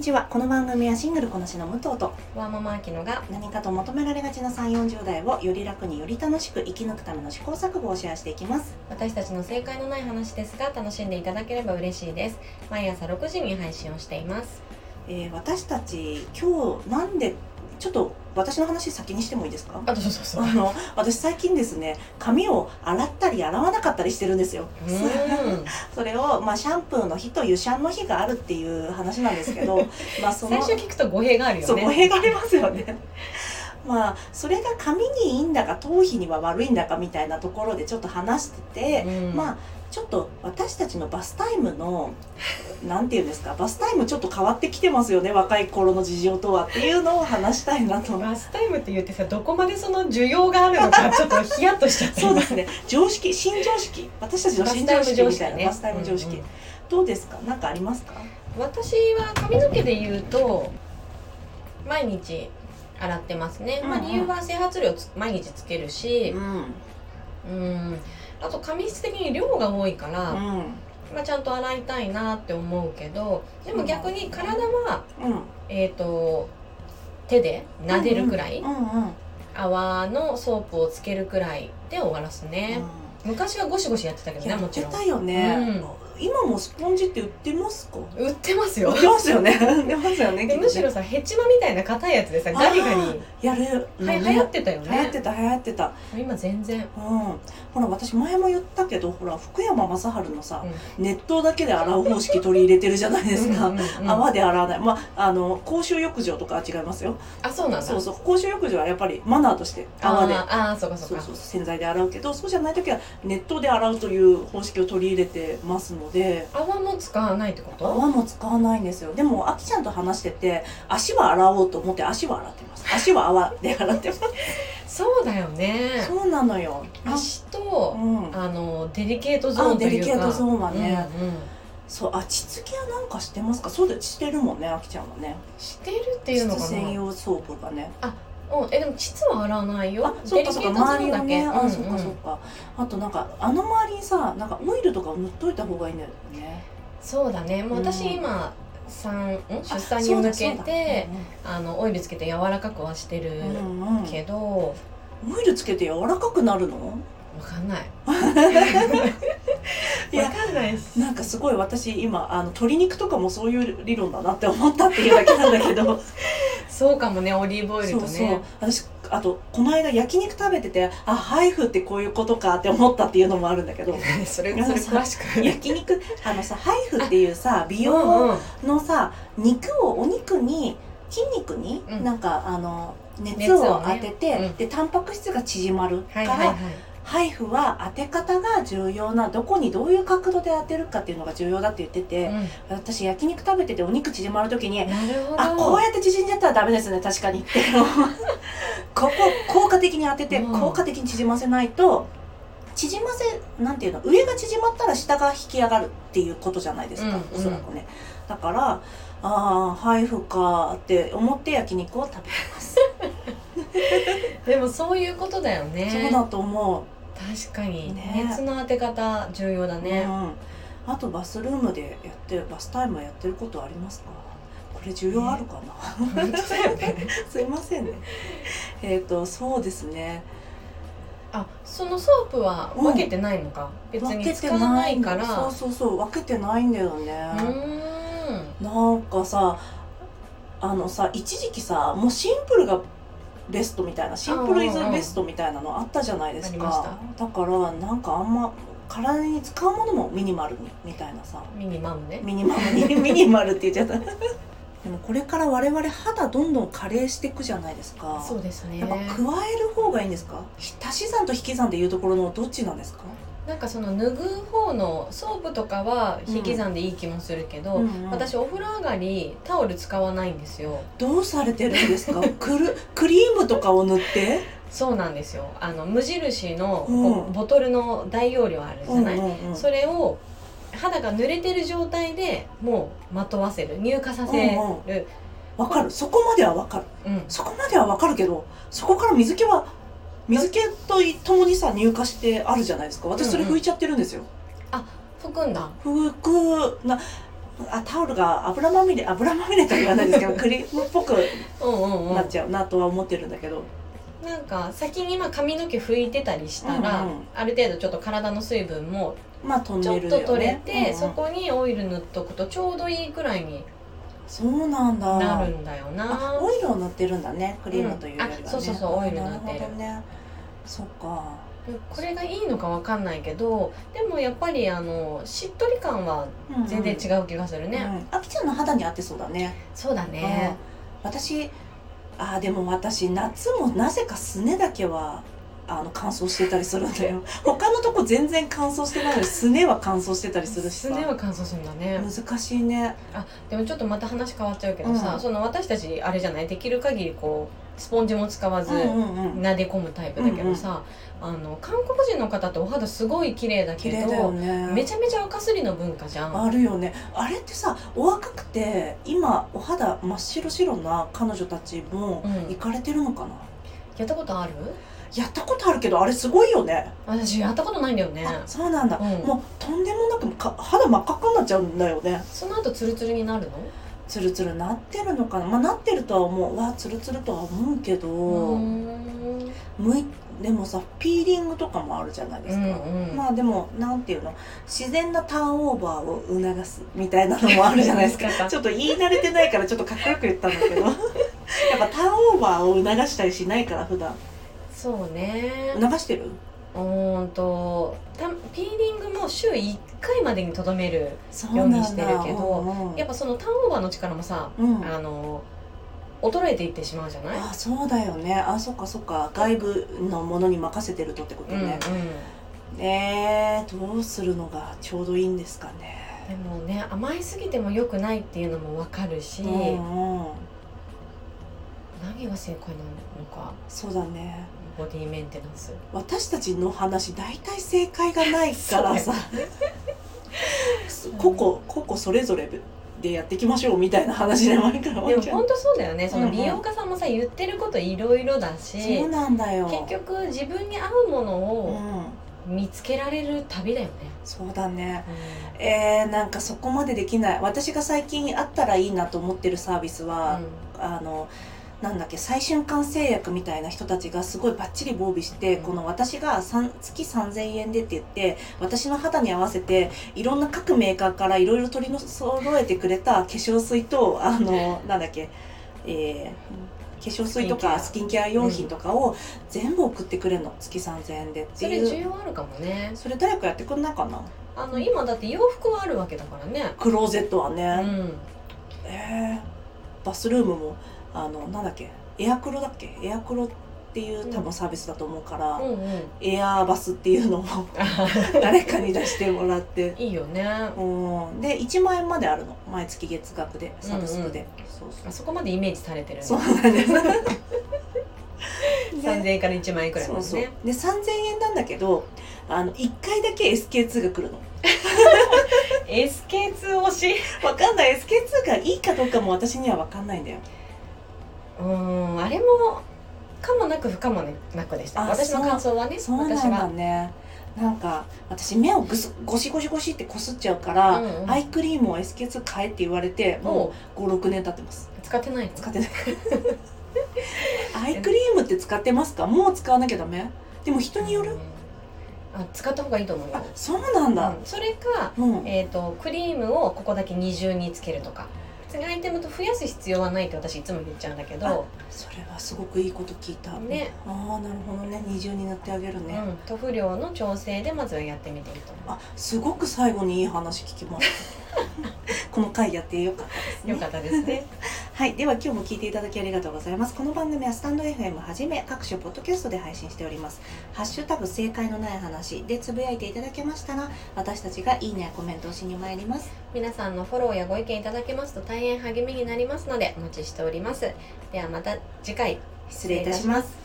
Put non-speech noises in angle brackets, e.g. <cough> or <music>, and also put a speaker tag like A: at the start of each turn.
A: ちはこの番組はシングルこの詩の武藤と
B: ワーママアキノが
A: 何かと求められがちな3 4 0代をより楽により楽しく生き抜くための試行錯誤をシェアしていきます
B: 私たちの正解のない話ですが楽しんでいただければ嬉しいです毎朝6時に配信をしています
A: えー私たち今日なんでちょっと私の話先にしてもいいですか
B: あそうそうそ
A: あの私最近ですね髪を洗ったり洗わなかったりしてるんですよ
B: <laughs> うん
A: それを、まあ、シャンプーの日というシャンの日があるっていう話なんですけどまあそ
B: 最
A: の
B: 初聞くと語弊があるよね
A: そう語弊がありますよね <laughs> まあそれが髪にいいんだか頭皮には悪いんだかみたいなところでちょっと話してて、
B: うん
A: まあちょっと私たちのバスタイムの <laughs> なんていうんですかバスタイムちょっと変わってきてますよね若い頃の事情とはっていうのを話したいなと <laughs>
B: バスタイムって言ってさどこまでその需要があるのかちょっとヒヤッとしちゃった
A: そうですね常識新常識私たちの
B: バ
A: 新
B: スタ
A: 常
B: イム
A: 識
B: 常
A: みた
B: 識
A: い
B: ね
A: なバスタイム常識、
B: うんうん
A: どうですか何かありますか
B: 私は髪の毛で言うと毎日洗ってますね、まあ、
A: うんうん
B: 理由は整髪料つ毎日つけるしうんあと髪質的に量が多いから、
A: うん
B: まあ、ちゃんと洗いたいなって思うけどでも逆に体は、
A: うん
B: えー、と手で撫でるくらい、
A: うんうん
B: 泡のソープをつけるくらいで終わらすね、昔はゴシゴシやってたけどね
A: や
B: も
A: っ
B: ち
A: て
B: ろん
A: たよね、今もスポンジって売ってます
B: <laughs>
A: か
B: 売ってます
A: 売 <laughs>
B: よ
A: ってますよね売ってますよねきっ
B: で
A: とね
B: むしろさヘチマみたいな硬いやつでさガリガリ、は
A: やるのね
B: い、流行ってたよね
A: 流行ってた流行ってた
B: 今全
A: う
B: 然
A: ん、ほら私前も言ったけどほら福山雅治のさ、
B: う
A: 熱湯だけで洗う方式取り入れてるじゃないですか、
B: うんうんうん
A: 泡で洗わないまああの公衆浴場とかは違いますよ
B: あそうなんだ
A: そうそう公衆浴場はやっぱりマナーとして泡で
B: あーあーそうかそう
A: そう
B: か
A: そう洗剤で洗うけどそうじゃない時は熱湯で洗うという方式を取り入れてますので
B: 泡も使わないってこと
A: 泡も使わないんですよでもあきちゃんと話してて足は洗おうと思って足は洗ってます足は泡で洗ってます
B: そうだよね
A: そうなのよ
B: 足
A: う
B: と、
A: ん
B: あのデリケートゾーンと
A: デ
B: い
A: リ
B: うか
A: ケートゾーンはね、
B: うんうん
A: そうあちつきはなんかしてますかそうだよしてるもんねあきちゃんはね
B: してるっていうのか
A: 膣
B: な
A: 専用ソープがね
B: うんえでも膣は洗わないよ
A: あそっかそっか周りをねあ、
B: うんうん
A: そっかそっかあとなんかあの周りにさなんかオイルとかを塗っといた方がいいんだよね
B: そうだねもう私
A: うん
B: 今産ん出
A: あ
B: 産に
A: そう
B: 向
A: だ
B: け
A: そう
B: て
A: だ
B: あのオイルつけて柔らかくはしてる
A: うんうんうん
B: けど、
A: オイルつけて柔らかくなるの
B: わかんない
A: いや
B: わかんないっす
A: なんかすごい私今あの鶏肉とかもそういう理論だなって思ったっていうだけなんだけど
B: <laughs> そうかもねオリーブオイル
A: そ
B: とね
A: うそう私あとこの間焼肉食べててあハイフってこういうことかって思ったっていうのもあるんだ
B: <laughs>
A: けど
B: それそれ詳しく
A: 焼肉あのさハイフっていうさ美容
B: うんうん
A: のさ肉をお肉に筋肉に、
B: うん
A: なんかあの熱
B: 熱を
A: を
B: ね
A: 当てて、
B: うん
A: でタンパク質が縮まるか
B: はい
A: ら、
B: はいはい
A: 配布は当て方が重要などこにどういう角度で当てるかっていうのが重要だって言ってて、
B: う
A: 私焼肉食べててお肉縮まる時に、
B: んなるほど
A: あこうやって縮んじゃったらダメですね確か
B: <laughs>
A: にってここ効果的に当てて、
B: うん
A: 効果的に縮ませないと縮ませなんていうの上が縮まったら下が引き上がるっていうことじゃないですか、
B: う
A: お
B: ん
A: そらくねだからああ配布かって思って焼肉を食べてます、
B: でもそういうことだよね
A: そうだと思
B: 確かに、
A: ね
B: 熱の当て方重要だ
A: う
B: ね、
A: うん、あとバスルームでやってるバスタイムやってることありますかこれ重要あるかな、
B: 本当だよ
A: <laughs>
B: ね
A: すいませんねえっとそうですね
B: あそのソープは分けてないのか、別に使わないから
A: そうそうそう分けてないんだよね、
B: うーん
A: なんかさあのさ一時期さもうシンプルがベストみたいなシンプルイズベストみたいなのあったじゃないです
B: ありまし
A: かだからなんかあんま体に使うものもミニマルにみたいなさ
B: ミニマムね
A: ミニマム
B: <laughs>
A: にミニマルって言っちゃったでもこれから我々肌どんどん加齢していくじゃないですか
B: そうですね
A: やっぱ加える方がいいんですか足し算と引き算でいうところのどっちなんですか、
B: なんかその脱ぐ方のソープとかは引き算でいい気もするけど、
A: うんうん
B: 私お風呂上がりタオル使わないんですよ
A: どうされてるんですか <laughs> くるクリームとかを塗って、
B: そうなんですよあの無印の
A: うん
B: こうボトルの大容量あるじゃない、それを肌が濡れてる状態でもうまとわせる乳化させる、
A: わかるそこまではわかる
B: うん
A: そこまではわかるけどそこから水気は水気とともにさ乳化してあるじゃないですか私それ
B: うんうん
A: 拭いちゃってるんですよ、
B: 拭くんだ
A: 拭くなあタオルが油まみれ油まみれとは言わないです
B: <laughs>
A: けどクリームっぽく
B: うんうんうん
A: なっちゃうなとは思ってるんだけど、
B: なんか先にまあ髪の毛拭いてたりしたら、
A: うんうん
B: ある程度ちょっと体の水分も
A: まあトン
B: ちょ
A: ネ
B: っ
A: ル
B: と
A: だよ
B: 取れ
A: ね
B: て、
A: うんうん
B: そこにオイル塗っとくとちょうどいいくらいに
A: そうなんだ
B: なるんだよな
A: あオイルを塗ってるんだねクリームというよりはね、
B: うんあそうそうそうオイル塗ってる
A: なほどねそっか
B: これがいいのかわかんないけどでもやっぱりあのしっとり感は全然
A: う
B: 違う気がするね、
A: んうんあきちゃんの肌に合ってそうだね
B: そうだね
A: うん私あーでも私夏もなぜかすねだけはあの乾燥してたりするんだよ <laughs> 他のとこ全然乾燥してないのにすねは乾燥してたりするし
B: す
A: さ
B: ねは乾燥するんだね、
A: 難しいね
B: あでもちょっとまた話変わっちゃうけどさ、
A: うん
B: その私たちあれじゃないできる限りこうスポンジも使わず、
A: うんうんうん
B: 撫で込むタイプだけどさ、あの韓国人の方ってお肌すごい綺麗だけ
A: 綺麗だよ
B: ど、
A: ね
B: めちゃめちゃ赤すりの文化じゃん。
A: あるよねあれってさお若くて今お肌真っ白白な彼女たちも
B: うん
A: 行かれてるのかな、
B: やったことある
A: やったことあるけどあれすごいよね
B: 私やったことないんだよね
A: あそうなんだ、
B: うん
A: もうとんでもなくか肌真っ赤っかになっちゃうんだよね
B: その後ツルツルになるの
A: ツルツルなってるのかなまあなってるとは思うわあツルツルとは思うけど、
B: うー
A: む
B: ん
A: いでもさピーリングとかもあるじゃないですか、
B: うんうん
A: まあでもなんていうの自然なターンオーバーを促すみたいなのもあるじゃないですか
B: 言い方
A: ちょっと言い慣れてないからちょっとかっこよく言ったんだけどやっぱターンオーバーを促したりしないから普段
B: <laughs> そうね
A: 促してる
B: うーんとたピーリングも週1回までにとどめる
A: そうなんだ
B: ようにしてるけど
A: うんうん
B: やっぱそのターンオーバーの力もさ、
A: うん
B: あの衰えていってしまうじゃない
A: あそうだよねあそっかそっか外部のものに任せてるとってこと
B: うんうん
A: ね、えー、どうするのがちょうどいいんですかね、
B: でもね甘いすぎても良くないっていうのもわかるし、
A: うんうん
B: 何が正解なのか
A: そうだね
B: ボディメンテナンス
A: 私たちの話大体正解がないからさ
B: ね
A: 個々個々それぞれでやっていきましょうみたいな話でもあるから
B: でも
A: 終わっ
B: 本当そうだよねそ
A: うん
B: の
A: うん
B: 美容家さんもさ言ってることいろいろだ
A: ちゃう
B: し
A: そうなんだよ
B: 結局自分に合うもの
A: う
B: を
A: ん
B: 見つけられる旅だよね、
A: そうだねえー、なんかそこまでできない私が最近あったらいいなと思ってるサービスは、あのなんだっけ最瞬間製薬みたいな人たちがすごいバッチリ防備して、
B: うん
A: この私がさん月3,000円でって言って私の肌に合わせていろんな各メーカーからいろいろ取り揃えてくれた化粧水とあのなんだっけ、えー化粧水とかス
B: ス
A: キンケア用品とかを全部送ってくれるの月3,000円でっ
B: そ
A: て
B: れ
A: いうそ
B: 重
A: れ
B: 要あるかもね
A: 誰かやってくんないかな
B: あの今だって洋服はあるわけだからね
A: クローゼットは
B: う
A: ね、
B: ん
A: えーバスルームもあのなんだっけエアクロだっけエアクロっていう多
B: う
A: 分
B: ん
A: サービスだと思うから、
B: うんうん
A: エアーバスっていうのも
B: <laughs>
A: 誰かに出してもらって
B: いいよねあ
A: うんで1万円まであるの毎月月額でサブスクで、そうそう
B: そこまでイメージされてる
A: そう
B: ね
A: なんです <laughs>
B: 3000円から1万円くらい
A: そ
B: ま
A: う
B: で
A: そう
B: ね
A: で3000円なんだけどあの1回だけ SK2 が来るの
B: SK2 推し
A: わかんない SK2 がいいかどうかも私にはわかんないんだよ
B: うーんあれもかもなく不可もなくでした
A: あ
B: 私の
A: そう
B: 感想はね
A: そうな
B: 私
A: んだ
B: は
A: ねなんか私目をぐすゴシゴシゴシってこすっちゃうから、
B: うんうん
A: アイクリームを SK2 買えって言われても
B: も
A: う56年経ってます
B: う使ってないの
A: 使ってない
B: <laughs>
A: アイクリームって使ってますかもう使わなきゃダメでも人によ
B: う
A: る
B: んあ使った方がいいと思うよ
A: あそうなんだ
B: うんそれか、
A: うん、
B: えー、とクリームをここだけ二重につけるとか別にアイテムと増やす必要はないって私いつも言っちゃうんだけど、
A: それはすごくいいこと聞いた
B: ね
A: ああなるほどね二重になってあげる
B: う
A: ね、
B: ん、塗布量の調整でまずはやってみていいと思
A: あすごく最後にいい話聞きま
B: <laughs>
A: したこの回やってよかったです
B: う
A: ね
B: よかったですね
A: はい、では今日も聞いていただきありがとうございます。この番組はスタンド FM はじめ各種ポッドキャストで配信しております。ハッシュタグ正解のない話でつぶやいていただけましたら、私たちがいいねやコメントをしに参ります。
B: 皆さんのフォローやご意見いただけますと大変励みになりますのでお待ちしておりますではまた次回
A: 失礼いたします。